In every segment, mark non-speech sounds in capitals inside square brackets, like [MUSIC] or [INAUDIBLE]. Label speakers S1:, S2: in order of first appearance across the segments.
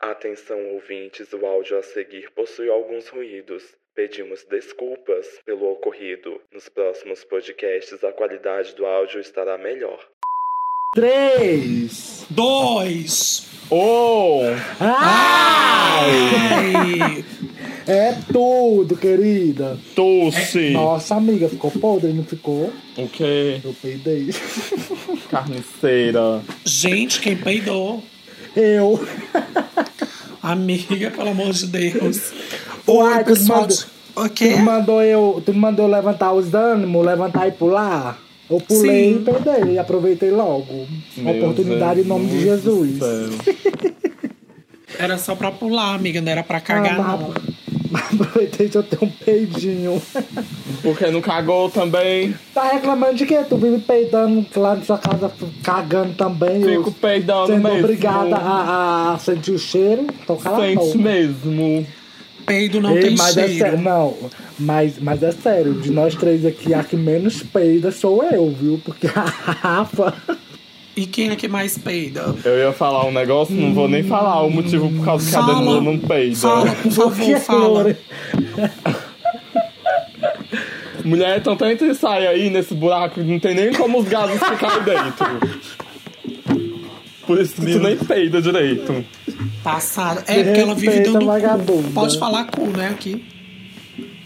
S1: Atenção ouvintes, o áudio a seguir possui alguns ruídos. Pedimos desculpas pelo ocorrido. Nos próximos podcasts a qualidade do áudio estará melhor.
S2: 3,
S3: Dois!
S4: Oh!
S3: Ai!
S2: Ah! é tudo, querida.
S4: Tosse!
S2: Nossa, amiga, ficou podre, não ficou?
S4: O quê?
S2: Eu peidei.
S4: Carniceira.
S3: [LAUGHS] Gente, quem peidou?
S2: Eu.
S3: Amiga, pelo amor de Deus.
S2: Uai, tu
S3: pessoal.
S2: manda-
S3: O
S2: Tu
S3: quê?
S2: me mandou eu, tu me mandou eu levantar os ânimos, levantar e pular. Eu pulei
S3: Sim.
S2: e peidei, e aproveitei logo. Uma
S4: Meu
S2: oportunidade em nome de
S4: Deus do
S2: Jesus.
S4: céu.
S3: Era só pra pular, amiga, não era pra
S2: Ah,
S3: cagar, não.
S2: mas- [LAUGHS] mas aproveitei de eu ter um peidinho. [LAUGHS]
S4: Porque não cagou também.
S2: Tá reclamando de quê? Tu vive peidando lá na sua casa, cagando também.
S4: Fico
S2: eu
S4: peidando
S2: sendo
S4: mesmo.
S2: obrigada a, a sentir o cheiro. Então cala a
S4: Sente
S2: boca.
S4: mesmo.
S3: Peido não
S2: Ei,
S3: tem
S2: mas é sério,
S3: cheiro.
S2: não, mas, mas é sério, de nós três aqui, a que menos peida sou eu, viu? Porque a Rafa.
S3: E quem é que mais peida?
S4: Eu ia falar um negócio, não vou nem falar o motivo por causa que a Danilo não peida.
S3: Fala,
S2: [LAUGHS]
S3: por
S2: Porque
S3: favor, fala.
S2: Lore-
S4: Mulher, então tenta e sai aí nesse buraco, não tem nem como os gases ficarem dentro. Por isso que tu nem peida direito.
S3: Passada. É, porque ela vive
S2: Respeita
S3: dando
S2: vagabunda.
S3: cu. Pode falar cu, né, aqui.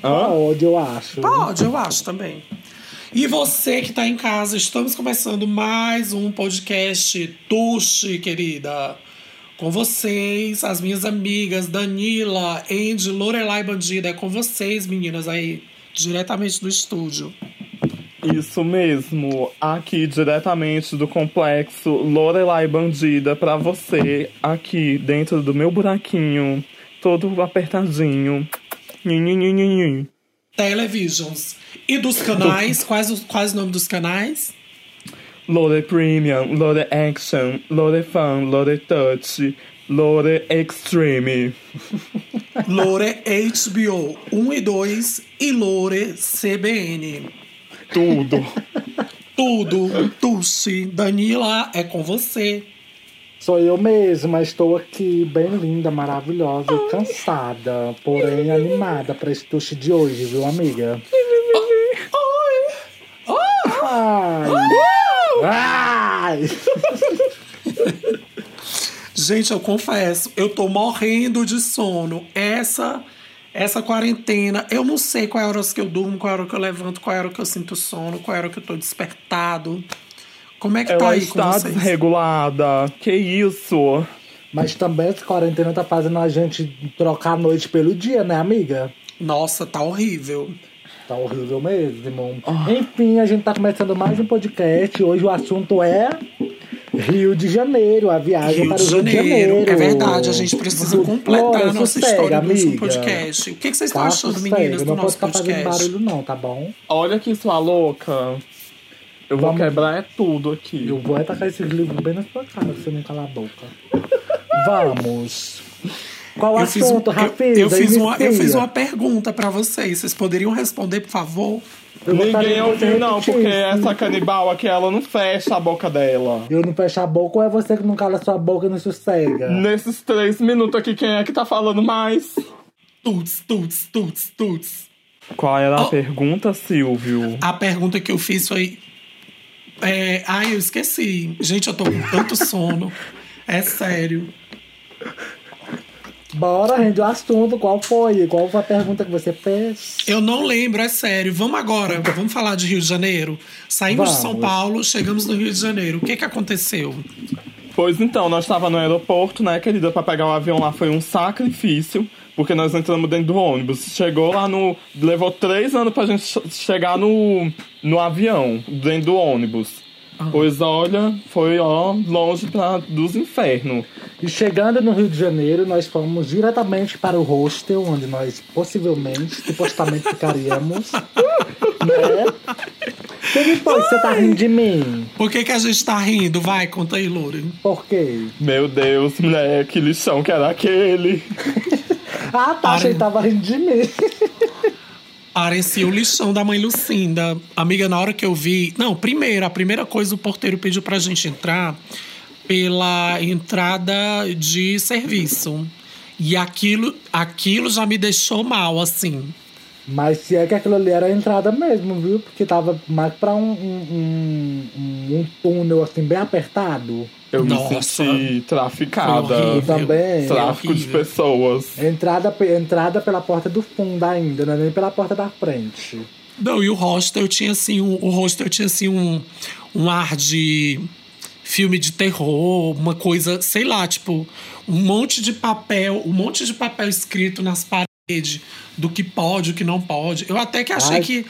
S4: Hã?
S2: Pode, eu acho.
S3: Pode, eu acho também. E você que tá em casa, estamos começando mais um podcast Tuxi, querida. Com vocês, as minhas amigas Danila, Andy, Lorelai Bandida. É com vocês, meninas, aí, diretamente do estúdio.
S4: Isso mesmo, aqui diretamente do complexo Lorelai Bandida pra você, aqui dentro do meu buraquinho, todo apertadinho. Nhinhinhinhinhin.
S3: Televisions. E dos canais, quais, os- quais o nome dos canais?
S4: Lore Premium, Lore Action, Lore Fun, Lore Touch, Lore Extreme.
S3: Lore HBO 1 e 2 e Lore CBN.
S4: Tudo.
S3: Tudo, Tuxi, Danila, é com você.
S2: Sou eu mesma, estou aqui bem linda, maravilhosa e cansada, porém animada pra esse tuche de hoje, viu, amiga? Ai! Ai!
S3: Gente, eu confesso, eu tô morrendo de sono. Essa essa quarentena, eu não sei qual é a hora que eu durmo, qual é a hora que eu levanto, qual é a hora que eu sinto sono, qual é a hora que eu tô despertado. Como é que tá
S2: um
S4: Ela
S3: aí com
S4: está
S3: vocês?
S4: desregulada. Que isso?
S2: Mas também essa quarentena tá fazendo a gente trocar a noite pelo dia, né, amiga?
S3: Nossa, tá horrível.
S2: Tá horrível mesmo.
S3: Ah.
S2: Enfim, a gente tá começando mais um podcast. Hoje o assunto é Rio de Janeiro, a viagem
S3: Rio
S2: para
S3: de
S2: o Rio de um Janeiro.
S3: Janeiro. É verdade, a gente precisa
S2: Flora,
S3: completar a nossa
S2: sossega,
S3: história do último
S2: amiga.
S3: podcast. O que, que vocês estão
S2: Tá,
S3: achando,
S2: sossega,
S3: meninas, do
S2: Não pode
S3: nosso
S2: ficar fazendo
S3: podcast?
S2: barulho não, tá bom?
S4: Olha aqui, sua louca. Eu vou
S2: Vamos-
S4: quebrar é tudo aqui.
S2: Eu vou é tacar esses livros bem na sua cara, se você não calar a boca. Vamos. Qual
S3: Eu fiz,
S2: assunto, Rafi?
S3: eu, eu fiz uma, eu fiz uma pergunta pra vocês. Vocês poderiam responder, por favor?
S4: Ninguém ouviu, não, porque essa canibal aqui, ela não fecha a boca dela.
S2: Eu não fecho a boca ou é você que não cala sua boca e não sossega?
S4: Nesses três minutos aqui, quem é que tá falando mais?
S3: Tuts, tuts, tuts, tuts.
S4: Qual era
S3: a Oh.
S4: pergunta, Silvio?
S3: A pergunta que eu fiz foi. é, ai, eu esqueci. Gente, eu tô com tanto sono. É sério.
S2: Bora, rende o assunto. Qual foi? Qual foi a pergunta que você fez?
S3: Eu não lembro, é sério. Vamos agora, vamos falar de Rio de Janeiro. Saímos de São
S2: Vamos.
S3: Paulo, chegamos no Rio de Janeiro. O que, que aconteceu?
S4: Pois então, nós tava no aeroporto, né, querida? Pra pegar o avião lá foi um sacrifício, porque nós entramos dentro do ônibus. Chegou lá no. Levou três anos pra gente che- chegar no, no avião, dentro do ônibus. Pois olha, foi ó, longe pra, dos infernos.
S2: E chegando no Rio de Janeiro, nós fomos diretamente para o hostel, onde nós possivelmente, supostamente
S4: [LAUGHS]
S2: ficaríamos. né? O que foi que você tá rindo de mim?
S3: Por que, que a gente tá rindo? Vai, conta aí, Loura.
S2: Por quê?
S4: Meu Deus, mulher, que lixão que era aquele.
S2: Ah, tá, achei que tava rindo de mim.
S3: Parecia o lixão da mãe Lucinda. Amiga, na hora que eu vi. Não, primeiro, a primeira coisa o porteiro pediu pra gente entrar pela entrada de serviço. E aquilo, aquilo já me deixou mal, assim.
S2: Mas se é que aquilo ali era a entrada mesmo, viu? Porque tava mais pra um, um, um, um túnel assim, bem apertado.
S4: Eu me
S3: Nossa.
S4: senti
S3: Foi
S4: traficada.
S2: Eu
S3: horrível.
S2: também.
S3: Sei lá.
S4: Tráfico de
S3: horrível.
S4: pessoas.
S2: É Entrada, pe- entrada pela porta do fundo ainda, não é nem pela porta da frente.
S3: Não, e o hostel tinha assim, um, o hostel tinha assim um, um ar de filme de terror, uma coisa, sei lá, tipo, um monte de papel, um monte de papel escrito nas paredes do que pode, o que não pode. Eu até que achei
S2: Ai.
S3: que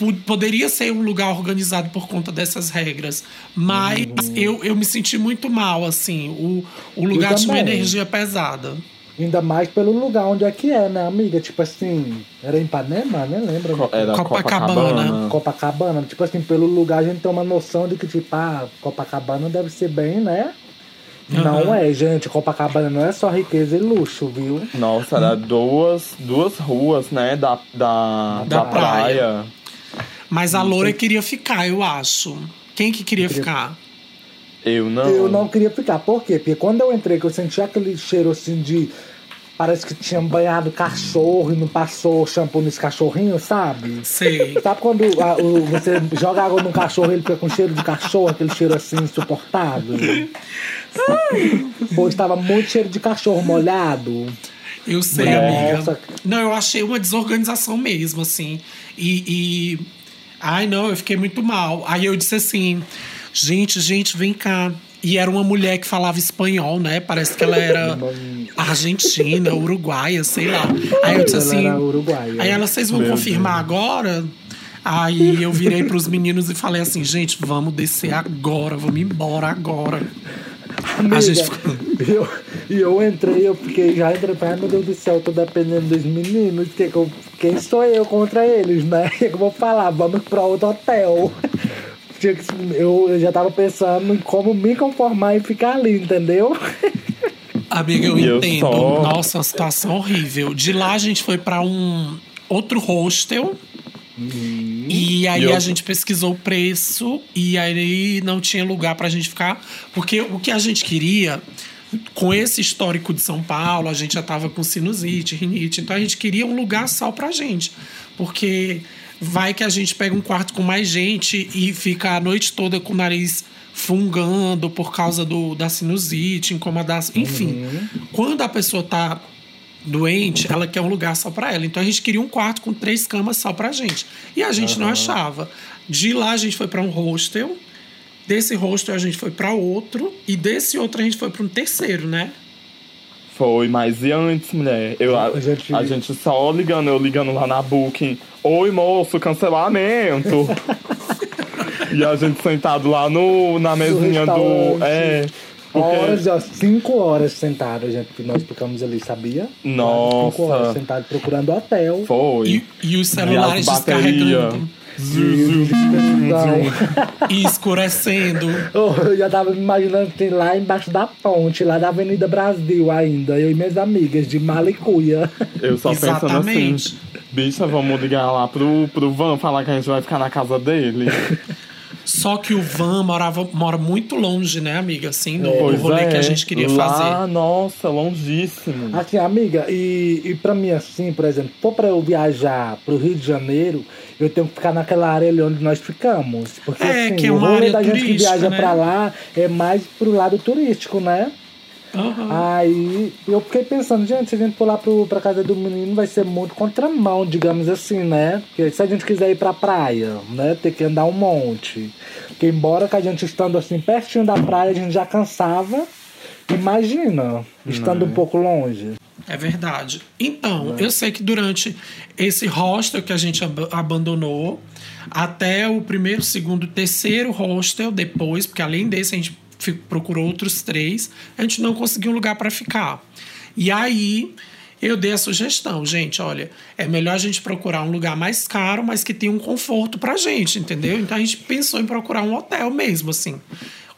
S3: po- poderia ser um lugar organizado por conta dessas regras, mas
S2: Uhum.
S3: eu, eu me senti muito mal, assim, o, o lugar tinha uma
S2: também.
S3: energia pesada.
S2: Ainda mais pelo lugar onde é que é, né, amiga? Tipo assim, era em Ipanema, né? Lembra?
S4: Co- Era
S3: Copacabana.
S4: Copacabana.
S2: Copacabana. Tipo assim, pelo lugar a gente tem uma noção de que, tipo, ah, Copacabana deve ser bem, né? Não é, gente. Copacabana não é só riqueza e luxo, viu?
S4: Nossa, era duas, duas ruas, né? Da,
S2: Da
S4: da, da praia.
S3: Mas
S2: Uhum.
S3: a Loura queria ficar, eu acho. Quem que queria ficar?
S4: Eu não.
S2: Eu não queria ficar. Por quê? Porque quando eu entrei, que eu senti aquele cheiro assim de. Parece que tinha banhado cachorro e não passou shampoo nesse cachorrinho, sabe?
S3: Sei.
S2: Sabe quando a- o- você joga água num cachorro e ele fica com cheiro de cachorro, aquele cheiro assim insuportável? Pois estava muito cheiro de cachorro molhado.
S3: Eu sei,
S2: Mulher,
S3: amiga.
S2: essa-
S3: Não, eu achei uma desorganização mesmo, assim. E, e- Ai, não, eu fiquei muito mal. Aí eu disse assim: gente, gente, vem cá. E era uma mulher que falava espanhol, né? Parece que
S2: [LAUGHS]
S3: ela era argentina, uruguaia, sei lá. Aí eu disse
S2: Ela
S3: assim.
S2: era uruguaia.
S3: Aí ela, vocês vão confirmar agora? Aí eu virei pros meninos e falei assim, gente, vamos descer agora, vamos embora agora.
S2: Amiga,
S3: a gente ficou.
S2: E eu, e [LAUGHS] eu entrei, eu fiquei já entrei, falei, ai meu Deus do céu, eu tô dependendo dos meninos, que que eu- quem sou eu contra eles, né? [LAUGHS] O que que eu vou falar? Vamos pra outro hotel. [LAUGHS] Tinha que- Eu, eu já tava pensando em como me conformar e ficar ali, entendeu?
S3: Amiga, eu
S4: E eu
S3: entendo.
S4: só-
S3: Nossa, uma situação horrível. De lá a gente foi pra um outro hostel. E aí
S4: E eu-
S3: a gente pesquisou o preço e aí não tinha lugar pra gente ficar. Porque o que a gente queria, com esse histórico de São Paulo, a gente já tava com sinusite, rinite. Então a gente queria um lugar só pra gente. Porque vai que a gente pega um quarto com mais gente e fica a noite toda com o nariz fungando por causa do, da sinusite, incomodar. Enfim, quando a pessoa tá doente, ela quer um lugar só pra ela. Então a gente queria um quarto com três camas só pra gente. E a gente não achava. De lá a gente foi pra um hostel. Desse hostel a gente foi pra outro e desse outro a gente foi pra um terceiro, né?
S4: Foi, mas e antes, mulher? Eu, a,
S2: A gente-
S4: a gente só ligando, eu ligando lá na Booking. Oi,
S3: [LAUGHS]
S4: moço, cancelamento. e a gente sentado lá no, na mesinha do.
S2: restaurante.
S4: É.
S2: Horas,
S4: Porque,
S2: ó, cinco horas sentados, gente, que nós ficamos ali, sabia?
S4: Nossa.
S2: Cinco horas sentados procurando hotel.
S4: foi.
S3: E, e os celulares
S4: as baterias.
S3: descarregando
S4: Zu, zu,
S2: Então,
S3: e escurecendo.
S2: Eu já tava me imaginando assim, lá embaixo da ponte, lá da Avenida Brasil ainda, eu e minhas amigas de Malicuia.
S3: Uhum.
S4: Eu só pensando assim.
S3: Exatamente.
S4: Bicha, vamos ligar lá pro, pro Van falar que a gente vai ficar na casa dele.
S3: Só que o Van morava, mora muito longe, né, amiga? Assim, do, do
S4: Pois
S3: rolê
S4: é.
S3: que a gente queria
S4: lá,
S3: fazer.
S4: Nossa, longíssimo.
S2: Assim, amiga, e, e pra mim, assim, por exemplo, for pra eu viajar pro Rio de Janeiro, eu tenho que ficar naquela área ali onde nós ficamos. Porque
S3: É,
S2: assim,
S3: que é
S2: o
S3: uma
S2: rolê
S3: área
S2: da gente que
S3: turística,
S2: viaja
S3: né?
S2: pra lá é mais pro lado turístico, né?
S3: Aham.
S2: Aí eu fiquei pensando, gente, se a gente for lá pro, pra casa do menino, vai ser muito contramão, digamos assim, né? Porque se a gente quiser ir pra praia, né? Ter que andar um monte. Porque embora que a gente estando assim pertinho da praia, a gente já cansava. Imagina, estando um pouco longe.
S3: É verdade. Então, eu sei que durante esse hostel que a gente ab- abandonou, até o primeiro, segundo, terceiro hostel depois, porque além desse a gente fi- procurou outros três, a gente não conseguiu um lugar para ficar. E aí eu dei a sugestão, gente, olha, é melhor a gente procurar um lugar mais caro, mas que tenha um conforto pra gente, entendeu? Então a gente pensou em procurar um hotel mesmo, assim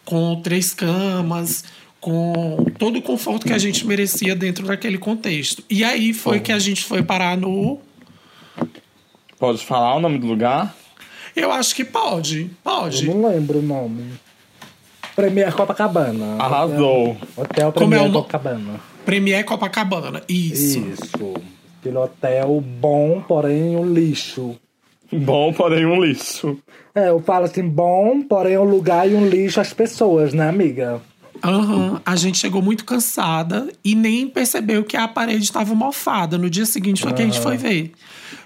S3: com três camas, com todo o conforto que a gente merecia dentro daquele contexto. E aí foi que a gente foi parar no.
S4: Pode falar o nome do lugar?
S3: Eu acho que pode,
S2: Eu
S3: pode.
S2: não lembro o nome. Premier Copacabana.
S4: Arrasou.
S2: Hotel
S3: Ah, Como é
S2: Premier
S3: o no-
S2: Copacabana.
S3: Premier Copacabana. Isso.
S2: Isso. Aquele hotel bom, porém um lixo.
S4: Bom, porém um lixo.
S2: É, eu falo assim, bom, porém um lugar e um lixo às pessoas, né, amiga?
S3: Aham. A gente chegou muito cansada e nem percebeu que a parede estava mofada. No dia seguinte foi que a gente
S2: Ah.
S3: foi ver.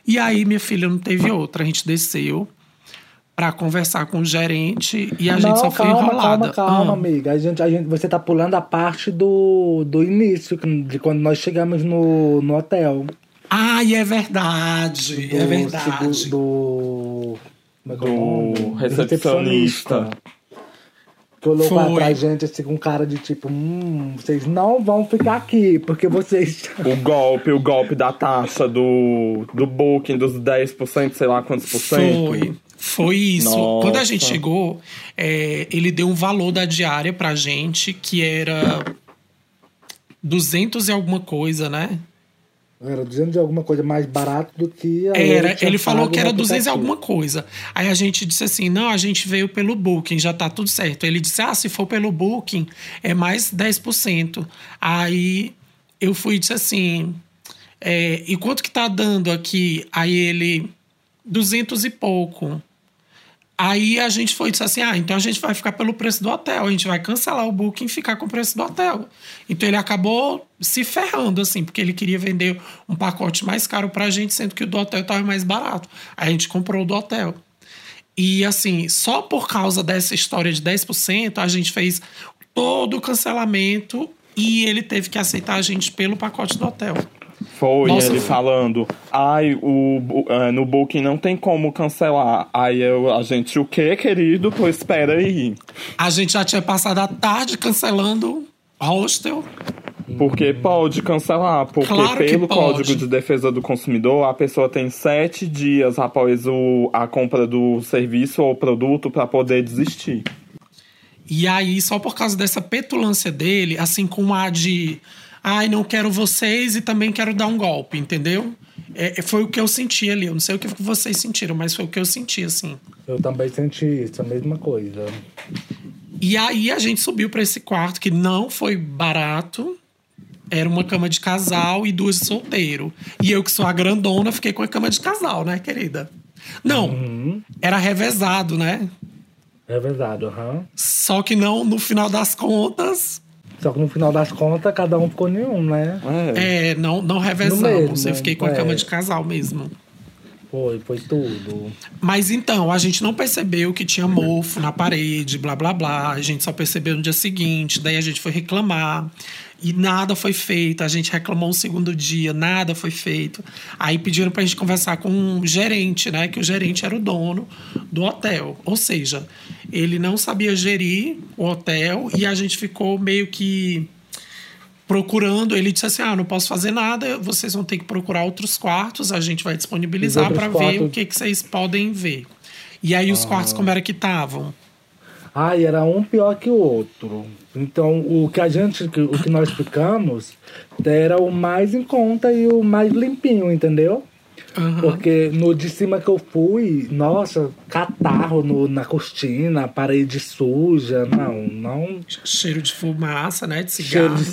S3: E aí, minha filha, não teve outra. A gente desceu pra conversar com o gerente e a gente
S2: Não,
S3: só foi
S2: calma,
S3: enrolada.
S2: calma, calma,
S3: Ah.
S2: amiga. A gente, a gente, você tá pulando a parte do, do início, que- de quando nós chegamos no, no hotel.
S3: Ai, é verdade.
S2: Do,
S3: é verdade.
S2: Do. do como é que é o
S4: Do
S2: nome?
S4: recepcionista.
S2: Que olhou pra,
S3: Foi.
S2: pra gente assim com cara de tipo, hum, vocês não vão ficar aqui, porque
S4: [LAUGHS]
S2: vocês.
S4: O golpe, o golpe da taxa do, do booking, dos 10%, sei lá quantos por cento.
S3: Foi. Foi isso.
S4: Nossa.
S3: Quando a gente chegou, é, ele deu um valor da diária pra gente que era 200 e alguma coisa, né?
S2: Era 200 e alguma coisa mais barato do que a
S3: Era,
S2: outra tinha
S3: ele falou
S2: pago
S3: que
S2: no
S3: era 200 e
S2: aplicativo.
S3: alguma coisa. Aí a gente disse assim: não, a gente veio pelo Booking, já tá tudo certo. Ele disse: ah, se for pelo Booking, é mais 10%. Aí eu fui e disse assim: é, e quanto que tá dando aqui? Aí ele: 200 e pouco. Aí a gente foi e disse assim: ah, então a gente vai ficar pelo preço do hotel, a gente vai cancelar o booking e ficar com o preço do hotel. Então ele acabou se ferrando, assim, porque ele queria vender um pacote mais caro pra gente, sendo que o do hotel estava mais barato. Aí a gente comprou o do hotel. E assim, só por causa dessa história de 10%, a gente fez todo o cancelamento e ele teve que aceitar a gente pelo pacote do hotel.
S4: Foi
S3: Nossa,
S4: ele
S3: foi.
S4: falando, ai, o, bu- é, no Booking não tem como cancelar. Aí eu, a gente, o quê, querido? Pô, espera aí.
S3: A gente já tinha passado a tarde cancelando hostel.
S4: Porque pode cancelar, porque
S3: Claro que
S4: pelo
S3: pode.
S4: Código de Defesa do Consumidor, a pessoa tem sete dias após o, a compra do serviço ou produto pra poder desistir.
S3: E aí, só por causa dessa petulância dele, assim, com a de. Ai, não quero vocês e também quero dar um golpe, entendeu? É, foi o que eu senti ali. Eu não sei o que vocês sentiram, mas foi o que eu senti, assim.
S2: Eu também senti isso, a mesma coisa.
S3: E aí a gente subiu para esse quarto que não foi barato. Era uma cama de casal e duas de solteiro. E eu, que sou a grandona, fiquei com a cama de casal, né, querida? Não, era revezado, né?
S2: É verdade, aham.
S3: Só que não, no final das contas,
S2: Só que no final das contas, cada um ficou nenhum, né?
S4: É.
S3: É, não, não
S2: No
S3: revezamos.
S2: mesmo,
S3: Eu fiquei com a
S2: é.
S3: cama de casal mesmo.
S2: Foi, foi tudo.
S3: Mas então, a gente não percebeu que tinha mofo na parede, blá blá blá. A gente só percebeu no dia seguinte. Daí a gente foi reclamar. E nada foi feito. A gente reclamou um segundo dia, nada foi feito. Aí pediram pra gente conversar com um gerente, né? Que o gerente era o dono do hotel. Ou seja, ele não sabia gerir o hotel e a gente ficou meio que procurando. Ele disse assim: ah, não posso fazer nada, vocês vão ter que procurar outros quartos, a gente vai
S2: Os
S3: disponibilizar
S2: outros
S3: para ver o
S2: quartos- Ah.
S3: que, que vocês podem ver. E aí os quartos como era que estavam?
S2: Ai, era um pior que o outro. Então, o que a gente, que- o que nós ficamos, era o mais em conta e o mais limpinho, entendeu?
S3: Aham.
S2: Porque no de cima que eu fui, nossa, catarro no, na cortina, parede suja, não, não.
S3: Cheiro de fumaça, né? De
S2: Cheiro
S3: cigarro.
S2: de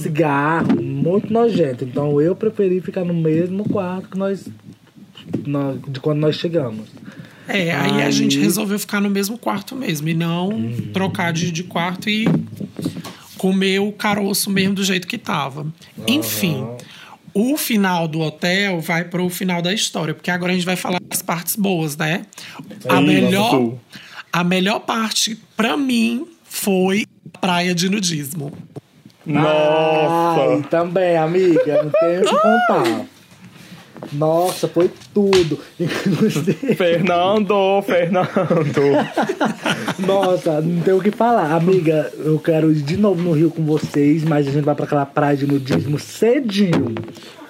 S2: cigarro, muito nojento. Então eu preferi ficar no mesmo quarto que nós. na- de quando nós chegamos.
S3: É, aí a
S2: Aí- Uhum.
S3: gente resolveu ficar no mesmo quarto mesmo e não trocar de, de quarto e comer o caroço mesmo do jeito que tava. Enfim, o final do hotel vai pro final da história, porque agora a gente vai falar das partes boas, né? A
S4: Isso.
S3: melhor, a melhor parte pra mim foi a praia de nudismo.
S4: Nossa!
S2: Ai, também, amiga, não tenho o que contar. Nossa, foi tudo. Inclusive, [LAUGHS]
S4: Fernando,
S3: [LAUGHS]
S4: Fernando.
S2: nossa, não tenho o que falar. Amiga, eu quero ir de novo no Rio com vocês, mas a gente vai pra aquela praia de nudismo cedinho.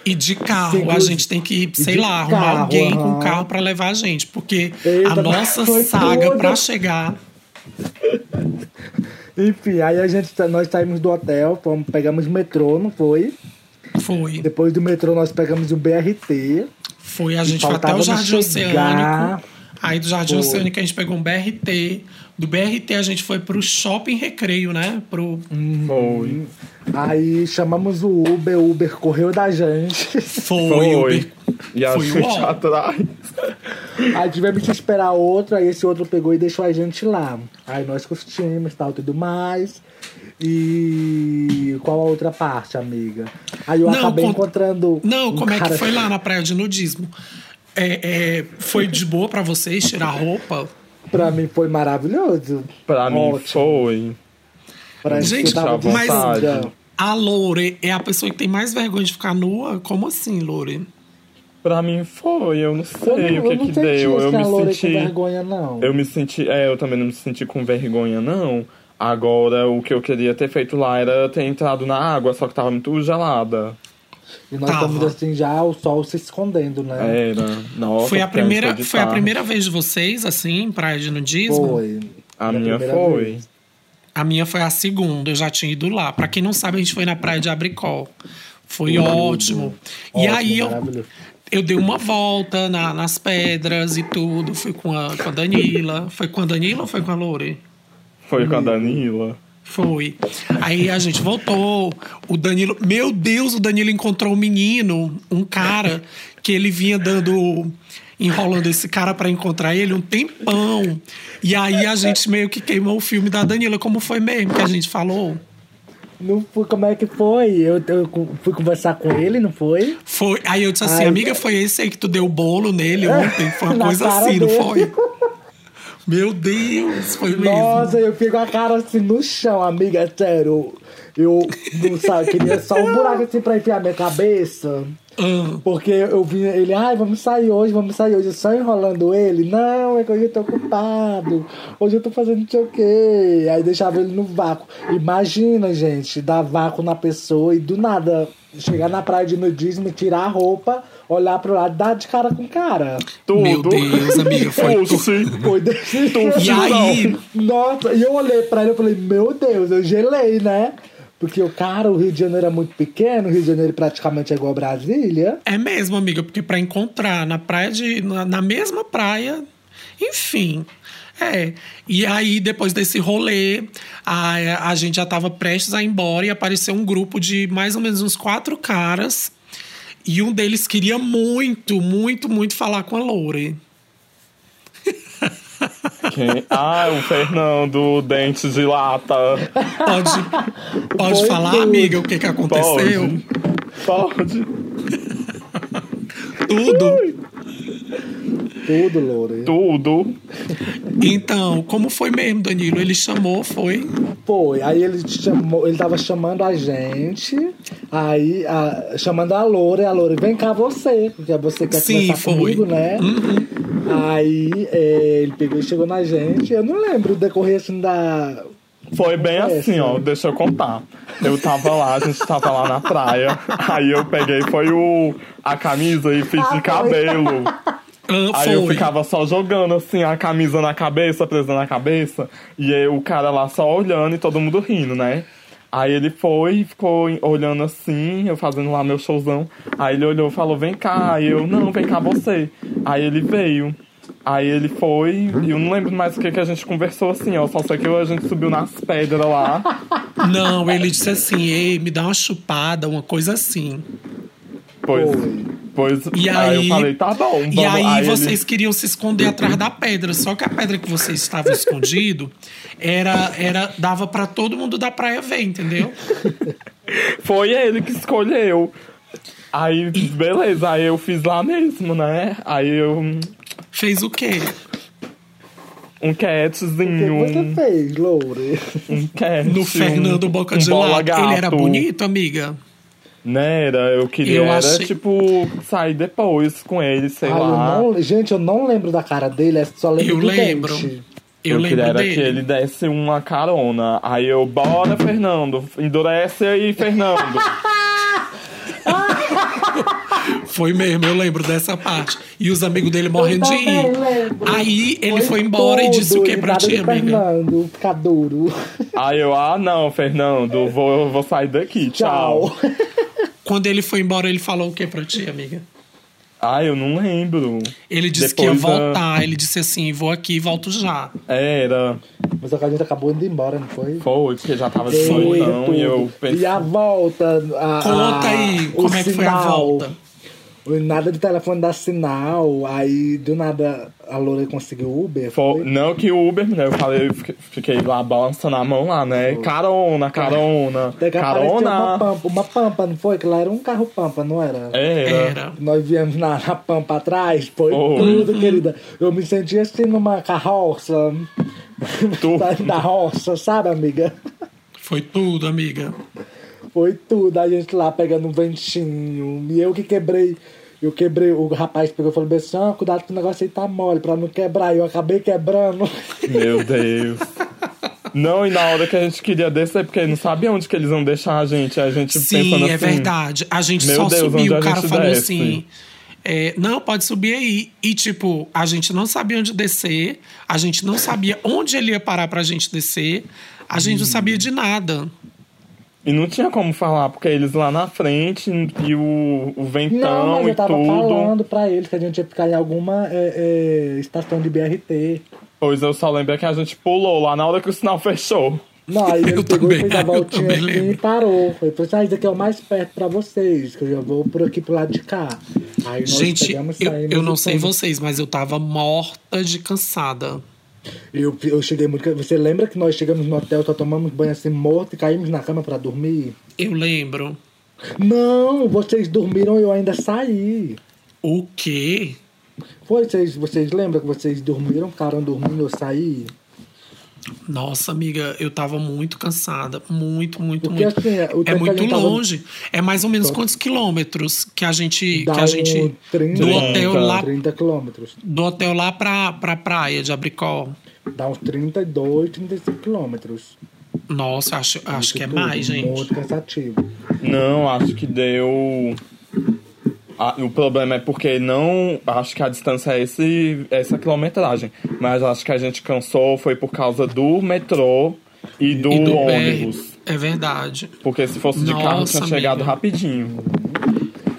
S3: E de carro,
S2: Sim,
S3: a
S2: os-
S3: gente tem que, sei
S2: de
S3: lá, arrumar
S2: carro,
S3: alguém com
S2: aham.
S3: carro pra levar a gente, porque a
S2: Eita,
S3: nossa
S2: foi
S3: saga
S2: tudo.
S3: pra chegar
S2: Enfim, aí a gente, tá, nós saímos do hotel, fomos, pegamos metrô, não foi?
S3: foi.
S2: Depois do metrô nós pegamos o BRT.
S3: Foi, a gente foi até
S2: Faltava
S3: o
S2: chegar.
S3: Jardim Oceânico. Aí do Jardim
S2: Foi.
S3: Oceânica a gente pegou um BRT. Do BRT a gente foi pro shopping recreio, né? Pro.
S4: Foi.
S2: Aí chamamos o Uber, o Uber correu da gente. [LAUGHS]
S3: Foi.
S4: Foi. E a
S3: Foi
S4: gente
S3: uau.
S4: atrás.
S2: Aí tivemos que esperar outro, aí esse outro pegou e deixou a gente lá. Aí nós curtimos, tal, tudo mais. E qual a outra parte, amiga? Aí eu
S3: Não,
S2: acabei
S3: con-
S2: encontrando.
S3: Não,
S2: um
S3: como é
S2: cara-
S3: que foi lá na praia de nudismo? É, é, foi de boa pra vocês tirar roupa?
S2: Pra mim foi maravilhoso.
S4: Pra mim
S2: Ótimo.
S4: foi.
S2: Pra
S3: Gente,
S2: eu tava
S4: fica à
S2: de
S4: vontade.
S2: sunga.
S3: A Loure é a pessoa que tem mais vergonha de ficar nua? Como assim, Loure?
S4: Pra mim foi,
S2: Eu
S4: eu não
S2: não,
S4: sei o
S2: eu
S4: que
S2: não
S4: que
S2: senti
S4: deu.
S2: esse
S4: Eu
S2: calor
S4: me
S2: aí
S4: senti.
S2: com vergonha, não.
S4: Eu me senti. É, eu também não me senti com vergonha, não. Agora, o que eu queria ter feito lá era ter entrado na água, só que tava muito gelada.
S2: E nós
S3: Tava.
S2: estamos assim já, o sol se escondendo, né?
S4: Era. Nossa,
S3: foi a
S4: porque aí
S3: primeira,
S4: de
S3: foi a
S4: tarde.
S3: primeira vez de vocês, assim, em praia de nudismo?
S2: Foi. Foi
S4: A
S2: a
S4: minha
S2: primeira
S4: foi.
S2: vez.
S3: A minha foi a segunda, eu já tinha ido lá. Pra quem não sabe, a gente foi na praia de Abricol. Foi ótimo. E
S2: Ótimo, né?
S3: aí eu,
S2: maravilhoso.
S3: eu dei uma volta na- nas pedras e tudo. Fui com a, com a Danila. Foi com a Danila ou foi com a Lore?
S4: Foi com a Danila.
S3: Foi. Aí a gente voltou. O Danilo. Meu Deus, o Danilo encontrou um menino, um cara, que ele vinha dando. enrolando esse cara pra encontrar ele um tempão. E aí a gente meio que queimou o filme da Danila, como foi mesmo que a gente falou.
S2: Não foi como é que foi? Eu, eu cu- fui conversar com ele, não foi?
S3: Foi. Aí eu disse assim,
S2: Ai.
S3: amiga, foi esse aí que tu deu o bolo nele ontem? Foi uma
S2: [LAUGHS] Na
S3: coisa
S2: cara
S3: assim, não
S2: dele. [LAUGHS]
S3: foi? Meu Deus, foi mesmo.
S2: Nossa, eu fiquei com a cara assim no chão, amiga, sério. Eu não sabe, queria só um buraco assim pra enfiar minha cabeça.
S3: Ah,
S2: Porque eu vinha, ele, ai, vamos sair hoje, vamos sair hoje, só enrolando ele. Não, é que hoje eu tô ocupado. Hoje eu tô fazendo não sei o quê. Aí deixava ele no vácuo. Imagina, gente, dar vácuo na pessoa e do nada chegar na praia de nudismo, tirar a roupa, olhar pro lado, dar de cara com cara.
S4: Tudo.
S3: Meu Deus, amiga, foi
S4: Tudo, sim.
S2: Foi desse jeito.
S3: E aí,
S2: Nossa, e eu olhei pra ele e falei, meu Deus, eu gelei, né? Porque, o cara, o Rio de Janeiro é muito pequeno, o Rio de Janeiro praticamente é igual a Brasília.
S3: É mesmo, amiga, porque pra encontrar na praia de. na, na mesma praia, enfim. É. E aí, depois desse rolê, a, a gente já tava prestes a ir embora e apareceu um grupo de mais ou menos uns quatro caras. E um deles queria muito, muito, muito falar com a Lore.
S4: Quem? Ah, o Fernando, dente de lata.
S2: [LAUGHS]
S3: Pode, pode
S2: Foi
S3: falar,
S2: tudo.
S3: amiga, o que, que aconteceu?
S4: Pode. Pode.
S3: Tudo.
S2: Tudo, Loura.
S4: Tudo.
S3: Então, como foi mesmo, Danilo? Ele chamou, foi.
S2: Foi. Aí ele chamou, ele tava chamando a gente, aí a- chamando a Loura, e a Loura, vem cá você, porque é você quer
S3: Sim,
S2: conversar
S3: foi. Hum. Uhum.
S2: comigo, né? Aí é, ele pegou e chegou na gente. Eu não lembro o decorrer assim da.
S4: Foi bem assim, ó, deixa eu contar. Eu tava lá, a gente tava lá na praia, aí eu peguei, foi o, a camisa e fiz de cabelo.
S3: Ah,
S4: Aí
S3: foi.
S4: eu ficava só jogando assim a camisa na cabeça, presa na cabeça, e aí o cara lá só olhando e todo mundo rindo, né? Aí ele foi e ficou olhando assim, eu fazendo lá meu showzão. Aí ele olhou e falou, vem cá, aí eu, não, vem cá você. Aí ele veio. Aí ele foi, e eu não lembro mais o que, que a gente conversou assim, ó. Só sei que a gente subiu nas pedras lá.
S3: [LAUGHS] Não, ele disse assim, ei, me dá uma chupada, uma coisa assim.
S4: Pois,
S2: Foi.
S4: pois
S3: E
S4: aí,
S3: aí-
S4: eu falei, tá bom, vamos.
S3: e aí,
S4: ele-
S3: vocês queriam se esconder atrás da pedra, só que a pedra que vocês estavam escondido era, era dava pra todo mundo da praia ver, entendeu?
S4: Foi ele que escolheu. Aí, beleza, aí eu fiz lá mesmo, né? Aí eu.
S3: Fez o quê?
S4: Um
S2: O que
S3: Hum.
S4: catzinho.
S2: você
S4: Um,
S2: fez, Loura?
S4: um cat.
S3: No
S4: um-
S3: Fernando Boca
S4: um
S3: de
S4: bola
S3: Lata. Ele era
S4: gato.
S3: bonito, amiga?
S4: Né, era, eu queria,
S3: Eu
S4: era,
S3: achei-
S4: tipo, sair depois com ele, sei
S2: Ai, eu
S4: lá.
S2: não- gente, eu não lembro da cara dele, eu só lembro
S3: Eu
S2: do
S3: lembro.
S2: dente.
S3: Eu,
S4: queria
S3: lembro
S4: era
S3: dele.
S4: que ele desse uma carona. Aí eu, bora, Fernando. Endurece
S2: [LAUGHS]
S4: aí, Fernando.
S3: Foi mesmo, eu lembro dessa parte. E os amigos dele morrendo de
S2: também
S3: rir.
S2: lembro.
S3: Aí ele foi, embora e disse o quê
S2: que
S3: pra ti, amiga?
S2: Fernando, ficar
S4: [LAUGHS]
S2: duro.
S4: aí eu, ah, não, Fernando, vou, vou sair daqui, tchau.
S2: Tchau.
S3: Quando ele foi embora, ele falou o que pra ti, amiga?
S4: Ah, eu não lembro.
S3: Ele disse que ia
S4: Depois da-
S3: voltar. Ele disse assim: vou aqui e volto já.
S4: Era.
S2: Mas a gente acabou indo embora, não foi?
S4: Foi, porque já tava de
S2: Foi,
S4: solidão
S2: tudo.
S4: e eu pensei.
S2: E a volta. a-
S3: Conta
S2: a-
S3: aí
S2: Ah, o
S3: como é que foi a
S2: sinal.
S3: volta.
S2: O Nada de telefone dá sinal. Aí do nada a Loura conseguiu Uber.
S4: Fo-
S2: foi?
S4: Não que o Uber, né? Eu falei, eu fiquei- fiquei lá balançando a mão lá, né? Carona, carona,
S2: É. Daqui a apareceu uma
S4: carona.
S2: pampa, uma pampa, não foi? Que lá era um carro pampa, não era?
S4: Era.
S3: Era.
S2: Nós viemos na, na pampa atrás, foi
S4: Oh.
S2: tudo, querida. Eu me senti assim numa carroça. [LAUGHS]
S4: Tudo.
S2: Saindo da roça, sabe, amiga?
S3: Foi tudo, amiga.
S2: Foi tudo. A gente lá pegando um ventinho. E eu que quebrei. Eu quebrei, o rapaz pegou e falou bem assim, "Ah, cuidado que o negócio aí tá mole pra não quebrar. Eu acabei
S4: [LAUGHS]
S2: quebrando.
S4: Meu Deus. Não, e na hora que a gente queria descer, porque não sabia onde que eles iam deixar a gente. A gente
S3: Sim,
S4: pensando assim.
S3: é verdade. A gente
S4: Meu
S3: só
S4: Deus, onde
S3: subiu.
S4: a
S3: O cara
S4: gente
S3: falou
S4: desce?
S3: assim. é, não, pode subir aí. E, tipo, a gente não sabia onde descer, a gente não sabia onde ele ia parar pra gente descer, a gente
S4: Hum.
S3: não sabia de nada.
S4: E não tinha como falar, porque eles lá na frente e o, o
S2: Não,
S4: ventão
S2: mas
S4: Então, e
S2: eu tava
S4: tudo.
S2: falando pra eles que a gente ia ficar em alguma é, é, estação de BRT.
S4: Pois eu só lembro que a gente pulou lá na hora que o sinal fechou.
S2: Não, aí ele pegou
S3: Eu também,
S2: e fez a
S3: [LAUGHS] eu
S2: voltinha
S3: também
S2: assim e
S3: lembro.
S2: parou. Ele falou assim, ah, isso aqui é o mais perto pra vocês, que eu já vou por aqui pro lado de cá. Aí nós
S3: gente,
S2: pegamos e
S3: eu,
S2: saímos
S3: eu
S2: e
S3: não sei
S2: fomos.
S3: vocês, mas eu tava morta de cansada.
S2: Eu, eu cheguei muito. Você lembra que nós chegamos no hotel, só tomamos banho assim morto e caímos na cama pra dormir?
S3: Eu lembro.
S2: Não, vocês dormiram e eu ainda saí.
S3: O quê?
S2: Foi, vocês, vocês lembram que vocês dormiram, ficaram dormindo, eu saí?
S3: Nossa, amiga, eu tava muito cansada. Muito, muito,
S2: Porque,
S3: muito.
S2: assim, o tempo que
S3: é
S2: a
S3: muito
S2: gente tava-
S3: longe. É mais ou menos quantos quilômetros que a gente.
S2: Dá
S3: que a gente
S2: um 30,
S3: do hotel lá.
S2: 30 quilômetros.
S3: Do hotel lá pra, pra praia de Abricol.
S2: Dá uns 32, 35 quilômetros.
S3: Nossa, eu acho, eu acho
S2: Isso
S3: que é
S2: tudo,
S3: mais, gente.
S2: Muito cansativo.
S4: Não, acho que deu. Ah, o problema é porque não. Acho que a distância é esse, essa quilometragem. Mas acho que a gente cansou foi por causa do metrô e do,
S3: E do
S4: Um ônibus.
S3: BR. É verdade.
S4: Porque se fosse de carro
S3: Nossa,
S4: tinha chegado
S3: amiga.
S4: rapidinho.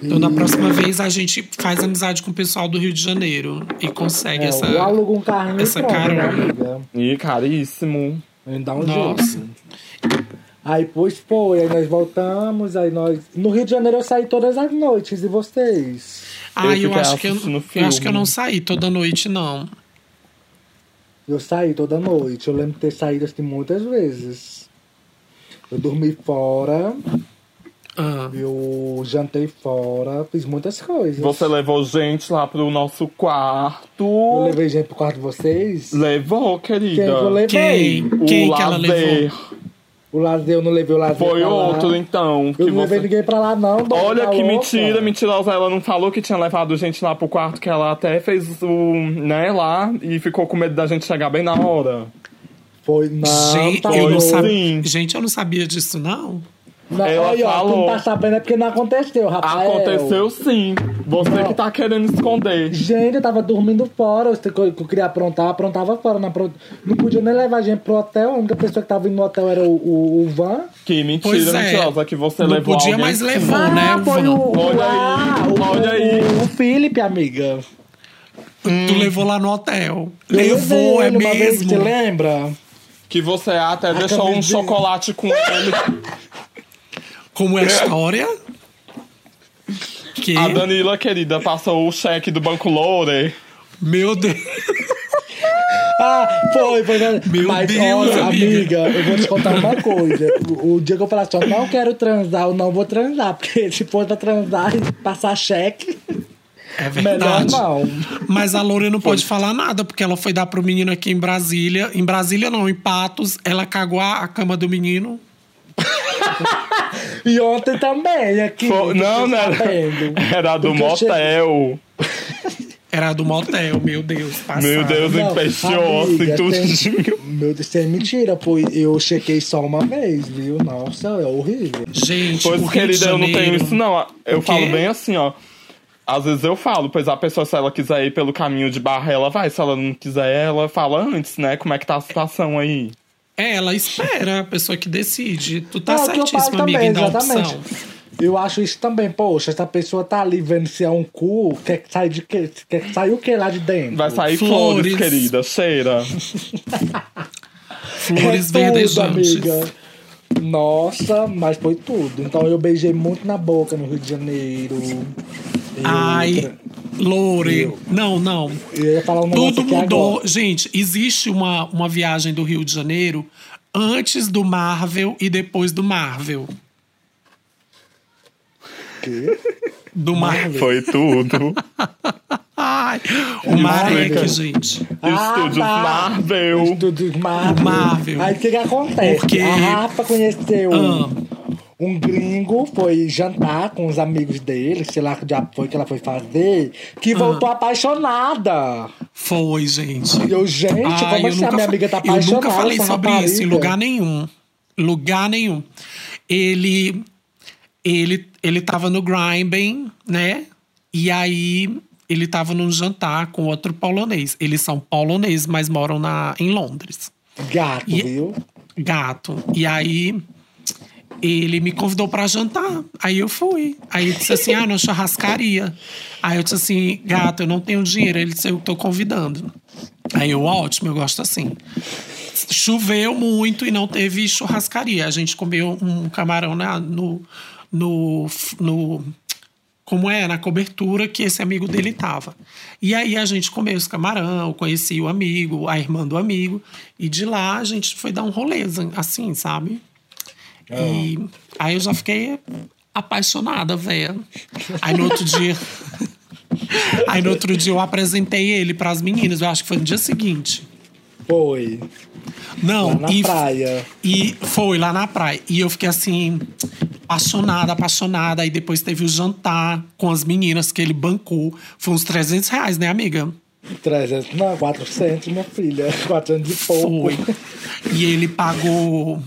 S3: Então, da próxima vez, a gente faz amizade com o pessoal do Rio de Janeiro e consegue
S2: É,
S3: essa.
S2: Eu alugo um carrinho
S3: essa
S2: e pronto,
S3: carona.
S2: né, amiga?
S4: E caríssimo.
S2: A gente dá um
S3: Nossa.
S2: jeito. Aí, pois foi, aí nós voltamos, aí nós... No Rio de Janeiro eu saí todas as noites, e vocês?
S3: Ah,
S4: Eu
S3: eu,
S4: fiquei
S3: acho que eu,
S4: assistindo
S3: eu acho que eu
S4: filme.
S3: não saí toda noite, não.
S2: Eu saí toda noite, eu lembro de ter saído assim muitas vezes. Eu dormi fora,
S3: Ah.
S2: eu jantei fora, fiz muitas coisas.
S4: Você levou gente lá pro nosso quarto.
S2: Eu levei gente pro quarto de vocês?
S4: Levou, querida.
S2: Quem que eu levei?
S3: Quem? Quem
S4: o
S3: que ela
S4: lazer.
S3: levou?
S2: O lazer, eu não levei o lazer
S4: Foi
S2: pra lá.
S4: outro, então.
S2: Eu
S4: que
S2: não levei
S4: você...
S2: ninguém pra lá, não. dona
S4: Olha
S2: da
S4: que
S2: louca.
S4: mentira, mentirosa. Ela não falou que tinha levado gente lá pro quarto, que ela até fez o. né, lá e ficou com medo da gente chegar bem na hora.
S2: Foi, não,
S3: Gente,
S2: tá
S3: eu não
S2: louca.
S4: sabe-
S3: sabia.
S4: Sim.
S3: Gente, eu não sabia disso, não.
S2: Não,
S4: Ela
S2: aí, ó, tu
S4: falou.
S2: não tá sabendo é porque não aconteceu, rapaz.
S4: Aconteceu sim. Você que tá querendo esconder.
S2: Gente, eu tava dormindo fora. Eu, sei que eu- eu queria aprontar, aprontava fora. Não, apron- não podia nem levar a gente pro hotel. A única pessoa que tava indo no hotel era o, o, o Van.
S4: Que mentira,
S3: Pois é.
S4: mentirosa, que você
S3: Não
S4: levou.
S3: podia
S4: alguém
S3: mais
S4: que-
S3: levar. Bom, né, o
S2: foi
S3: Van?
S2: o, o,
S4: Olha
S2: ah,
S4: aí,
S2: o,
S4: olha
S2: o-
S4: aí.
S2: o Felipe, amiga.
S3: Tu levou lá no hotel.
S2: Hum. Eu
S3: Levou,
S2: levei
S3: é
S2: ele uma vez,
S3: mesmo.
S2: Você lembra?
S4: Que você até deixou um
S2: camisinha.
S4: chocolate com ele.
S3: Como é a história? Que?
S4: A Danila, querida, passou o cheque do Banco Loure.
S3: Meu Deus.
S2: Ah, foi, foi. foi.
S3: Meu
S2: Mas
S3: Deus,
S2: olha,
S3: amiga.
S2: amiga. eu vou te contar uma coisa. O, o dia que eu falar assim, eu não quero transar, eu não vou transar. Porque [LAUGHS] se for pra transar e passar cheque,
S3: É
S2: melhor
S3: verdade.
S2: não.
S3: Mas a Lorena não pode falar nada, porque ela foi dar pro menino aqui em Brasília. Em Brasília, não, em Patos. Ela cagou a a cama do menino.
S2: E ontem também, aqui.
S4: Foi- Não, não era.
S2: sabendo.
S4: Era do
S2: Porque eu che-
S4: motel.
S3: Era do motel, meu Deus. Passado.
S4: Meu Deus,
S2: Não,
S4: empechou assim
S2: amiga,
S4: tudo
S2: tem-
S4: de mim.
S2: Meu Deus, isso é mentira, pô. Eu chequei só uma vez, viu? Nossa, é horrível.
S3: Gente, o
S4: Pois,
S3: Tipo, Rio de
S4: querida, eu não tenho
S3: Janeiro-
S4: isso, não. Eu
S3: quê?
S4: falo bem assim, ó. Às vezes eu falo, pois a pessoa, se ela quiser ir pelo caminho de barra, ela vai. Se ela não quiser, ela fala antes, né? Como é que tá a situação aí.
S3: É, ela espera, a pessoa que decide. Tu tá
S2: Não, é o que eu falo
S4: Tá
S3: certíssima, amiga,
S2: também,
S4: então,
S3: em dar
S2: exatamente.
S3: opção.
S2: Eu acho isso também, poxa, essa pessoa tá ali vendo se é um cu, quer que saia de que, quer que saia o que lá de dentro?
S4: Vai sair
S3: Flores.
S4: flores, querida. Cheira.
S3: Flores
S2: É tudo,
S3: verdejantes.
S2: amiga. Nossa, mas foi tudo. Então eu beijei muito na boca no Rio de Janeiro. Eu-
S3: Ai, Lore. Não, não.
S2: Eu ia falar um negócio
S3: Tudo
S2: aqui
S3: mudou.
S2: agora.
S3: Gente, existe uma, uma viagem do Rio de Janeiro antes do Marvel e depois do Marvel.
S2: Quê?
S3: Do Marvel.
S4: Foi
S2: [LAUGHS]
S4: tudo.
S3: Ai, o Marvel,
S2: É
S3: é
S2: Marvel.
S3: gente.
S4: Estúdios
S2: tá.
S4: Marvel.
S2: Estúdios Marvel.
S3: Marvel.
S2: Aí o que, que acontece?
S3: Porque-
S2: A Rafa conheceu
S3: Ah.
S2: um gringo, foi jantar com os amigos dele, sei lá que diabo foi que ela foi fazer,
S3: Ah.
S2: que voltou apaixonada.
S3: Foi, gente.
S2: E eu, gente,
S3: Ai,
S2: como assim a minha
S3: fa-
S2: amiga tá
S3: eu
S2: apaixonada?
S3: Ah, nunca falei
S2: essa
S3: sobre isso em
S2: rapariga?
S3: lugar nenhum. Lugar nenhum. Ele. Ele, ele tava no Grindben, né? E aí ele tava num jantar com outro polonês. Eles são poloneses, mas moram na, em Londres.
S2: Gato,
S3: E-
S2: viu?
S3: Gato. E aí ele me convidou pra jantar. Aí eu fui. Aí ele disse assim: ah, não, churrascaria. Aí eu disse assim: gato, eu não tenho dinheiro. Ele disse: eu tô convidando. Aí eu, ótimo, eu gosto assim. Choveu muito e não teve churrascaria. A gente comeu um camarão na, no, no, no. Como é? Na cobertura que esse amigo dele tava. E aí a gente comeu esse camarão, conheci o amigo, a irmã do amigo. E de lá a gente foi dar um rolê, assim, sabe? E aí eu já fiquei apaixonada, velho. Aí no outro dia. [LAUGHS] aí no outro dia eu apresentei ele pras meninas, eu acho que foi no dia seguinte.
S2: Foi.
S3: Não,
S2: Lá na
S3: e,
S2: praia.
S3: e foi lá na praia. E eu fiquei assim, apaixonada, apaixonada. Aí depois teve o jantar com as meninas que ele bancou. Foi uns 300 reais, né, amiga?
S2: 300, não, 400, minha filha. [LAUGHS] 400 e pouco.
S3: Foi. E ele pagou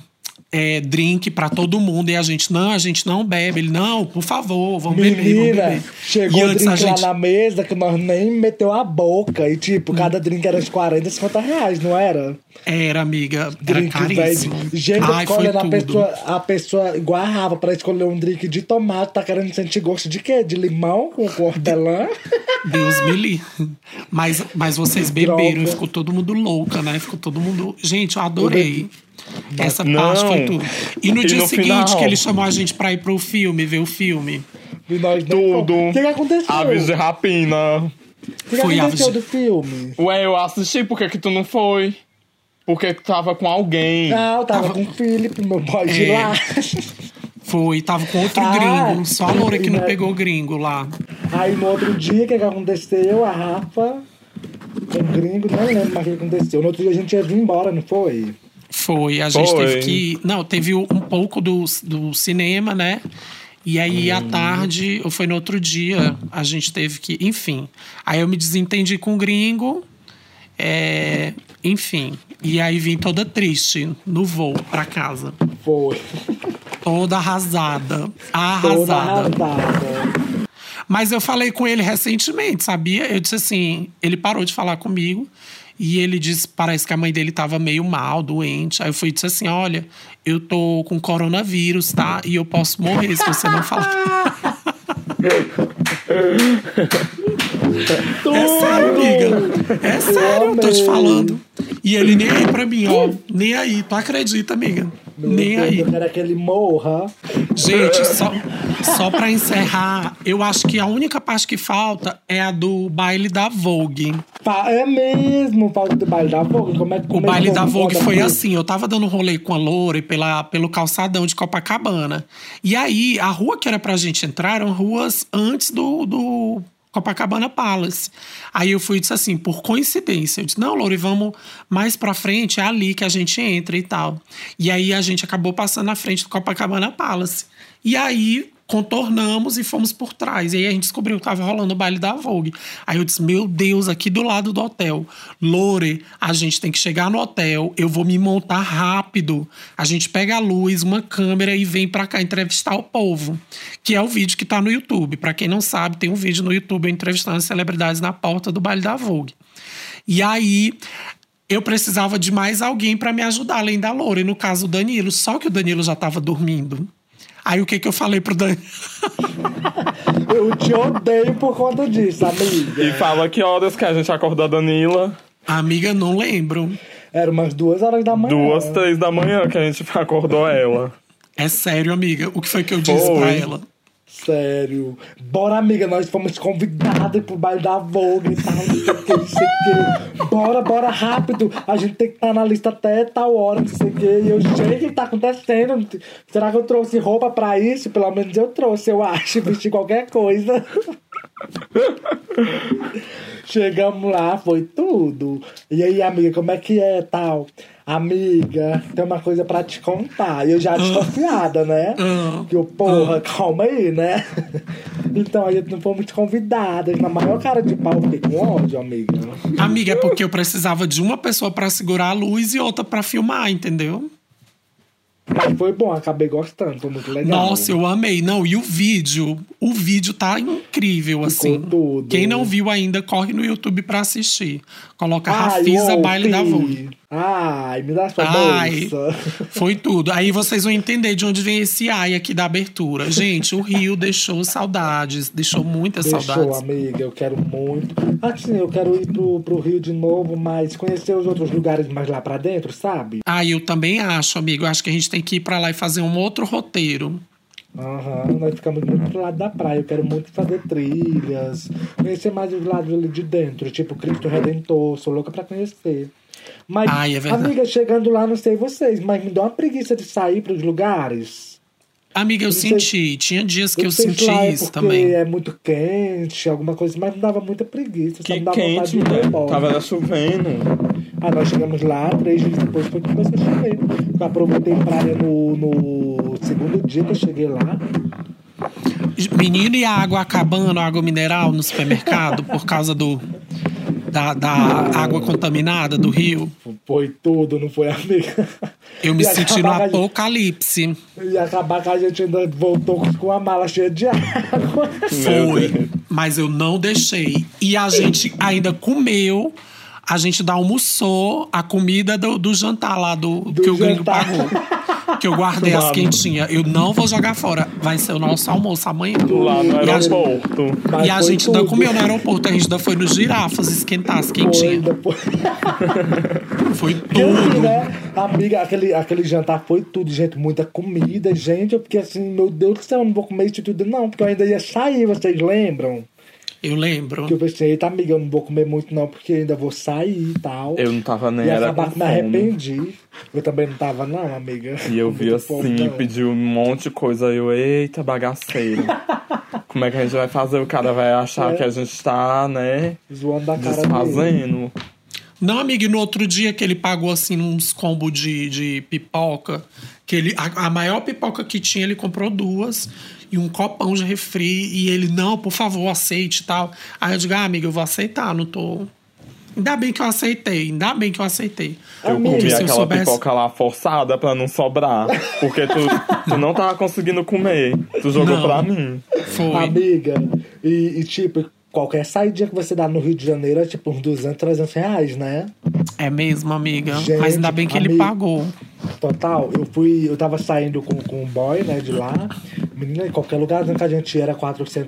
S3: é, drink pra todo mundo. E a gente, não, a gente não bebe. Ele, não, por favor, vamos beber, vamos
S2: Menina,
S3: beber.
S2: chegou
S3: e
S2: o
S3: antes
S2: drink
S3: a gente.
S2: lá na mesa que nós nem meteu a boca. E tipo,
S3: Hum.
S2: cada drink era uns 40, 50 reais, não era?
S3: Era, amiga, era
S2: Drink,
S3: caríssimo.
S2: velho. Gente,
S3: Ai, foi
S2: escolhendo a
S3: tudo.
S2: pessoa, a pessoa guarrava pra escolher um drink de tomate. Tá querendo sentir gosto de quê? De limão com com
S3: [LAUGHS]
S2: hortelã?
S3: Deus me livre. Mas, mas vocês beberam e
S2: Droga.
S3: ficou todo mundo louca, né? Ficou todo mundo. Gente, eu adorei. Essa
S4: Não.
S3: parte foi tudo. E no
S4: E
S3: dia
S4: no
S3: seguinte
S4: final?
S3: que ele chamou a gente pra ir pro filme, ver o filme.
S2: E nós nem-
S4: Tudo.
S2: O que, que aconteceu?
S4: Aves de rapina.
S2: O que, que
S3: Foi
S2: aconteceu
S3: aves.
S2: do filme?
S4: Ué, eu assisti, por que, que tu não foi? Porque tu tava com alguém.
S2: Ah, eu tava, com o Felipe, meu boy de
S3: É.
S2: lá.
S3: Foi, tava com outro
S2: Ah,
S3: gringo. Só a Loura que não
S2: né?
S3: pegou o gringo lá.
S2: Aí no outro dia, o que, que aconteceu? A Rafa, um gringo, não lembro mais o que aconteceu. No outro dia a gente ia vir embora, não foi?
S3: Foi, a gente
S4: Foi.
S3: teve que. Não, teve um pouco do, do cinema, né? E aí, à tarde, ou foi no outro dia, a gente teve que. Enfim. Aí eu me desentendi com o gringo. é, enfim. E aí vim toda triste no voo pra casa.
S2: Foi.
S3: Toda arrasada.
S2: Toda
S3: Arrasada.
S2: arrasada.
S3: Mas eu falei com ele recentemente, sabia? Eu disse assim, ele parou de falar comigo e ele disse, parece que a mãe dele tava meio mal, doente. Aí eu fui e disse assim, olha, eu tô com coronavírus, tá? E eu posso morrer se você não falar. É sério, amiga. É sério, eu tô te
S2: amei.
S3: falando. E ele nem aí pra mim, ó. Nem aí, tu acredita, amiga? Nem aí.
S2: Eu quero que ele morra.
S3: Gente, só, só pra encerrar, eu acho que a única parte que falta é a do baile da Vogue.
S2: Tá, é mesmo, falta do baile da Vogue. Como é,
S3: O baile da Vogue foi
S2: assim.
S3: assim: eu tava dando um rolê com a Lore pela, pelo calçadão de Copacabana. E aí, a rua que era pra gente entrar eram ruas antes do. do Copacabana Palace. Aí eu fui e disse assim, por coincidência. Eu disse, não, Lore, vamos mais pra frente, é ali que a gente entra e tal. E aí a gente acabou passando na frente do Copacabana Palace. E aí contornamos e fomos por trás. E aí a gente descobriu que tava rolando o baile da Vogue. Aí eu disse: Meu Deus, aqui do lado do hotel. Lore, a gente tem que chegar no hotel, eu vou me montar rápido. A gente pega a luz, uma câmera e vem pra cá entrevistar o povo. Que é o vídeo que tá no YouTube. Pra quem não sabe, tem um vídeo no YouTube eu entrevistando as celebridades na porta do baile da Vogue. E aí eu precisava de mais alguém pra me ajudar além da Lore, no caso o Danilo, só que o Danilo já tava dormindo. Aí o que que eu falei pro Dani?
S2: Eu te odeio por conta disso,
S4: E
S2: amiga.
S4: fala que horas que a gente acordou a Danila.
S3: Amiga, não lembro.
S2: Era umas duas horas da manhã.
S4: Duas, três da manhã que a gente [LAUGHS] acordou ela.
S3: É sério, amiga. O que foi que eu disse
S4: Foi.
S3: pra ela?
S2: Sério. Bora, amiga, nós fomos convidados pro baile da Vogue e tal, não sei o que, não sei o que. Bora, bora rápido. A gente tem que estar na lista até tal hora, não sei o que. E eu, gente, o que tá acontecendo? Será que eu trouxe roupa pra isso? Pelo menos eu trouxe, eu acho. Vesti qualquer coisa. Chegamos lá, foi tudo. E aí, amiga, como é que é tal? Amiga, tem uma coisa pra te contar. E eu já desconfiada, né?
S3: Ah.
S2: Que eu, porra, calma aí, né? Então a gente não foi muito convidada. Na maior cara de pau, eu fiquei com ódio, amiga.
S3: Amiga, é porque eu precisava de uma pessoa pra segurar a luz e outra pra filmar, entendeu?
S2: Mas foi bom, acabei gostando, foi muito legal.
S3: Nossa, eu amei. Não, e o vídeo? O vídeo tá incrível, assim.
S2: tudo.
S3: Quem não viu ainda, corre no YouTube pra assistir. Coloca
S2: Ai,
S3: Rafisa
S2: ô,
S3: Baile da
S2: fi.
S3: Vogue.
S2: Ai, me dá sua
S3: Ai,
S2: bolsa. [LAUGHS]
S3: foi tudo. Aí vocês vão entender de onde vem esse ai aqui da abertura. Gente, o Rio deixou saudades, deixou muitas
S2: Deixou,
S3: saudades.
S2: amiga, eu quero muito. Assim, eu quero ir pro, pro Rio de novo, mas conhecer os outros lugares mais lá pra dentro, sabe?
S3: Ah, eu também acho, amigo. Eu acho que a gente tem que ir pra lá e fazer um outro roteiro.
S2: Aham, nós ficamos muito pro lado da praia. Eu quero muito fazer trilhas, conhecer mais os lados ali de dentro, tipo Cristo Redentor. Sou louca pra conhecer. Mas,
S3: Ai, é verdade.
S2: amiga, chegando lá, não sei vocês, mas me dá uma preguiça de sair pros lugares.
S3: Amiga, eu
S2: sei-
S3: senti. Tinha dias que eu,
S2: não sei se
S3: senti
S2: lá é
S3: isso
S2: porque
S3: também.
S2: É muito quente, alguma coisa, mas me dava muita preguiça. só
S4: Que
S2: me dava vontade
S4: quente, né? Tá
S2: de ir
S4: mulher.
S2: embora.
S4: Tava chovendo.
S2: Aí Ah, nós chegamos lá, três dias depois foi que começou a chover. Tá Eu aproveitei praia no, no segundo dia que eu cheguei lá.
S3: Menino, e a água acabando, a água mineral no supermercado, por causa do. Da, da água contaminada do rio.
S2: Foi tudo, não foi, amiga?
S3: Eu me
S2: E
S3: senti no
S2: acabar com a gente-
S3: apocalipse.
S2: E acabar que a gente ainda voltou com a mala cheia de água.
S4: Meu
S3: Foi,
S4: Deus.
S3: mas eu não deixei. E a gente ainda comeu, a gente ainda almoçou a comida do, do jantar lá do, que o gringo
S2: jantar.
S3: pagou. Que eu guardei as
S4: Claro.
S3: quentinhas. Eu não vou jogar fora. Vai ser o nosso almoço amanhã.
S4: Lá no
S3: E a gente-
S4: aeroporto.
S2: Mas
S3: e a
S2: foi
S3: gente ainda
S2: tudo.
S3: comeu né? um no aeroporto, a gente ainda foi nos girafas esquentar as
S2: Foi,
S3: quentinhas.
S2: ainda foi.
S3: Foi
S2: Porque assim,
S3: tudo.
S2: né? Amiga, aquele, aquele jantar foi tudo, gente. Muita comida, gente. Eu fiquei assim, meu Deus do céu, eu não vou comer isso tudo, não. Porque eu ainda ia sair, vocês lembram?
S3: Eu lembro.
S2: Que eu pensei, eita, amiga, eu não vou comer muito, não, porque ainda vou sair e tal.
S4: Eu não tava nem
S2: E
S4: era
S2: acabar
S4: com
S2: que me
S4: fome.
S2: arrependi. Eu também não tava, não, amiga.
S4: E eu vi
S2: Muito então. fome,
S4: assim,
S2: não.
S4: pedi um monte de coisa. E eu,
S2: [LAUGHS]
S4: eita, bagaceiro. Como é que a gente vai fazer? O cara vai achar
S2: É.
S4: que a gente tá, né?
S2: Zoando da cara dele.
S4: Desfazendo.
S3: Não, amigo, e no outro dia que ele pagou assim uns combos de, de pipoca, que ele a, a maior pipoca que tinha, ele comprou duas e um copão de refri e ele não, por favor, aceite e tal. Aí eu digo: "Ah, amigo, eu vou aceitar, não tô Ainda bem que eu aceitei, ainda bem que eu aceitei.
S4: Eu
S2: Amigo,
S4: comi
S3: se eu
S4: aquela
S3: soubesse-
S4: pipoca lá forçada pra não sobrar. Porque tu, tu não tava conseguindo comer. Tu jogou
S3: Não.
S4: pra mim.
S3: Foi.
S2: Amiga, e, e, tipo, qualquer saída que você dá no Rio de Janeiro é tipo uns 200, 300 reais, né?
S3: É mesmo, amiga.
S2: Gente,
S3: Mas ainda bem que ele
S2: amigo.
S3: pagou.
S2: Total, eu fui, eu tava saindo com, com um boy, né, de lá. Menina, em qualquer lugar que a gente ia era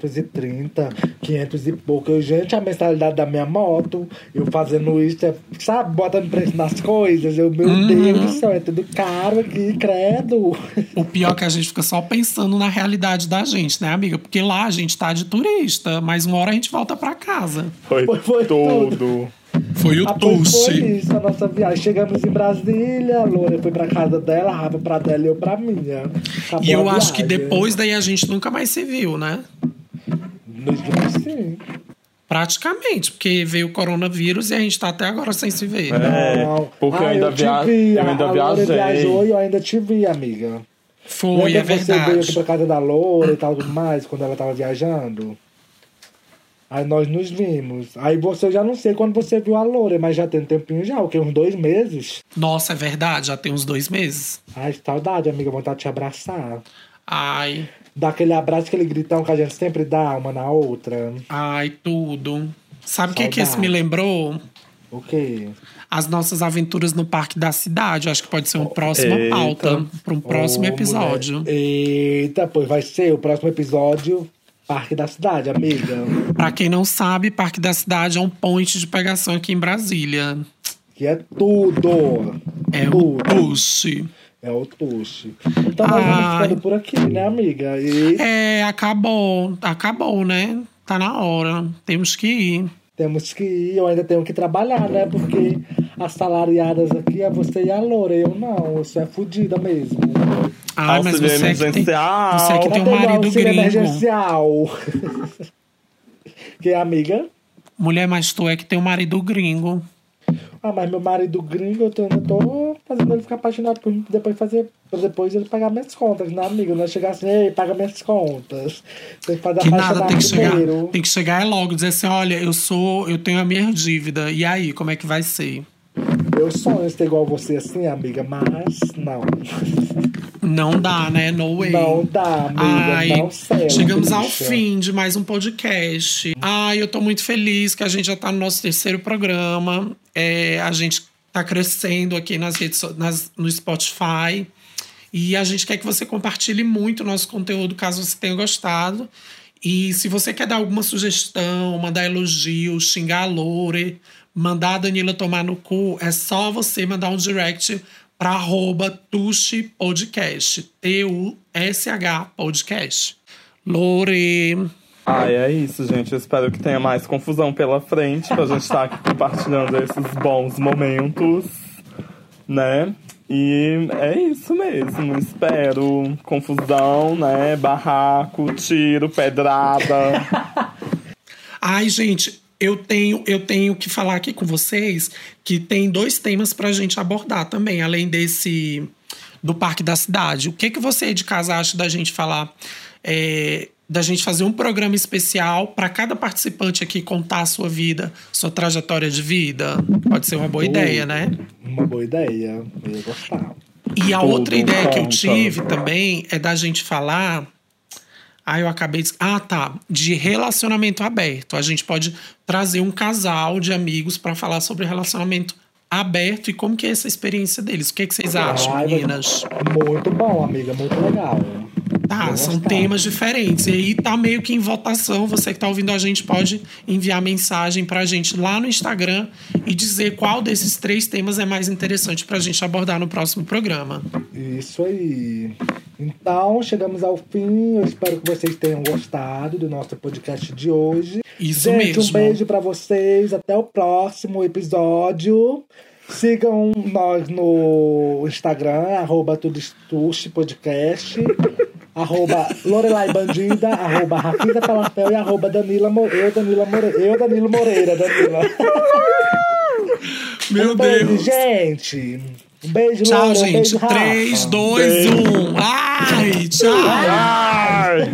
S2: 430, 500 e pouco. Eu, gente, a mensalidade da minha moto, eu fazendo isso, é, sabe, botando preço nas coisas. Eu, meu
S3: Uhum.
S2: Deus do céu, é tudo caro aqui, credo.
S3: O pior é que a gente fica só pensando na realidade da gente, né, amiga? Porque lá a gente tá de turista, mas uma hora a gente volta pra casa.
S4: Foi,
S2: Foi- foi
S4: tudo.
S3: Foi o
S2: Ah, pois
S3: tuste.
S2: foi isso, a nossa viagem. Chegamos em Brasília, a Loura foi pra casa dela, a Rafa pra dela e eu pra minha. Acabou
S3: E
S2: a
S3: eu acho que
S2: viagem.
S3: depois daí a gente nunca mais se viu, né?
S2: Nos vimos sim.
S3: Praticamente, porque veio o coronavírus e a gente tá até agora sem se ver. né?
S4: É,
S2: Não.
S4: porque eu
S2: Ah,
S4: ainda,
S2: te
S4: via...
S2: vi,
S4: eu ainda
S2: a Loura
S4: viajei.
S2: viajou e eu ainda te vi, amiga.
S3: Foi,
S2: Lembra
S3: é
S2: que Você veio aqui pra
S3: verdade.
S2: casa da Loura e tal, tudo mais, quando ela tava viajando. Aí nós nos vimos. Aí você, eu já não sei quando você viu a Loura, mas já tem um tempinho já, o quê? Uns dois meses?
S3: Nossa, é verdade, já tem uns dois meses.
S2: Ai, saudade, amiga, vontade de te abraçar.
S3: Ai,
S2: Dá aquele abraço, aquele gritão que a gente sempre dá uma na outra.
S3: ai, tudo. Sabe o que, que
S2: Saudade.
S3: esse me lembrou?
S2: O quê?
S3: As nossas aventuras no parque da cidade. Acho que pode ser uma próxima
S4: Eita.
S3: pauta para um próximo
S2: Ô,
S3: episódio.
S2: mulher. Eita, pois vai ser o próximo episódio Parque da Cidade, amiga.
S3: Pra quem não sabe, Parque da Cidade é um ponte de pegação aqui em Brasília.
S2: Que é tudo.
S3: É um
S2: tudo.
S3: push.
S2: É o Tuxi. Então nós vamos
S3: Ai.
S2: ficando por aqui, né, amiga? E
S3: É, acabou. Acabou, né? Tá na hora. Temos que ir.
S2: temos que ir, eu ainda tenho que trabalhar, né? Porque as salariadas aqui é você e a Loura, eu não, isso é fudida mesmo.
S3: Ah, mas
S4: Auxílio
S3: você é que tem,
S4: emergencial.
S3: você é que
S4: Eu
S3: tem um
S2: Cadê meu
S3: marido
S2: auxílio
S3: gringo.
S2: emergencial. [LAUGHS] que é, amiga?
S3: Mulher, mas tu é que tem um marido gringo.
S2: Ah, mas meu marido gringo, eu tô- ainda tô fazendo ele ficar apaixonado por mim, pra depois fazer. pra depois ele pagar minhas contas, né, amiga? Não é chegar assim, ei, paga minhas contas. Tem que fazer
S3: Que nada, tem que
S2: apaixonado
S3: chegar.
S2: primeiro.
S3: Tem que chegar é logo, dizer assim: olha, eu sou, eu tenho a minha dívida. E aí, como é que vai ser?
S2: Eu sonho em ser igual você assim, amiga, mas não.
S3: Não dá, né? No way.
S2: Não dá, amiga.
S3: Ai,
S2: não é serve.
S3: chegamos ao
S2: bicha.
S3: fim de mais um podcast. Ai, eu tô muito feliz que a gente já tá no nosso terceiro programa. É, a gente tá crescendo aqui nas redes, so- nas, no Spotify. E a gente quer que você compartilhe muito o nosso conteúdo, caso você tenha gostado. E se você quer dar alguma sugestão, mandar elogio, xingar a Lore, mandar a Danila tomar no cu, é só você mandar um direct para arroba Tuxi Podcast. T-U-S-H Podcast. Lore.
S4: Ai, é isso, gente. Eu espero que tenha mais confusão pela frente pra gente estar aqui compartilhando esses bons momentos, né? E é isso mesmo. Espero confusão, né? Barraco, tiro, pedrada.
S3: Ai, gente, eu tenho, eu tenho que falar aqui com vocês que tem dois temas pra gente abordar também, além desse do Parque da Cidade. O que que você aí de casa acha da gente falar? é, da gente fazer um programa especial pra cada participante aqui contar a sua vida, sua trajetória de vida. Pode ser uma
S2: Boa.
S3: boa ideia, né?
S2: Uma boa ideia. Eu ia gostar.
S3: E a
S4: Tudo
S3: outra ideia que eu
S4: conta.
S3: tive também é da gente falar. Ah, eu acabei de. Ah, tá. De relacionamento aberto. A gente pode trazer um casal de amigos para falar sobre relacionamento aberto e como que é essa experiência deles. O que, que vocês acham,
S2: Ai, vai-
S3: meninas?
S2: Muito bom, amiga. Muito legal.
S3: Tá,
S2: Vou
S3: são
S2: gostar.
S3: temas diferentes. E aí tá meio que em votação. Você que tá ouvindo a gente pode enviar mensagem pra gente lá no Instagram e dizer qual desses três temas é mais interessante pra gente abordar no próximo programa.
S2: Isso aí. Então, chegamos ao fim. Eu espero que vocês tenham gostado do nosso podcast de hoje.
S3: Isso
S2: Gente,
S3: mesmo.
S2: um beijo pra vocês. Até o próximo episódio. Sigam nós no Instagram, arroba Tudestuche
S3: [LAUGHS]
S2: Podcast, arroba Lorelai Bandida, arroba Rafisa Palafel e arroba Danila Mo- eu, Danila Moreira. Eu, Danilo Moreira, Danila.
S3: Meu
S2: um beijo,
S3: Deus.
S2: gente. Um beijo,
S3: Tchau,
S2: Lola, um
S3: gente.
S2: beijo, Rafa.
S3: 3, 2, 1. Ai, tchau.
S4: Ai!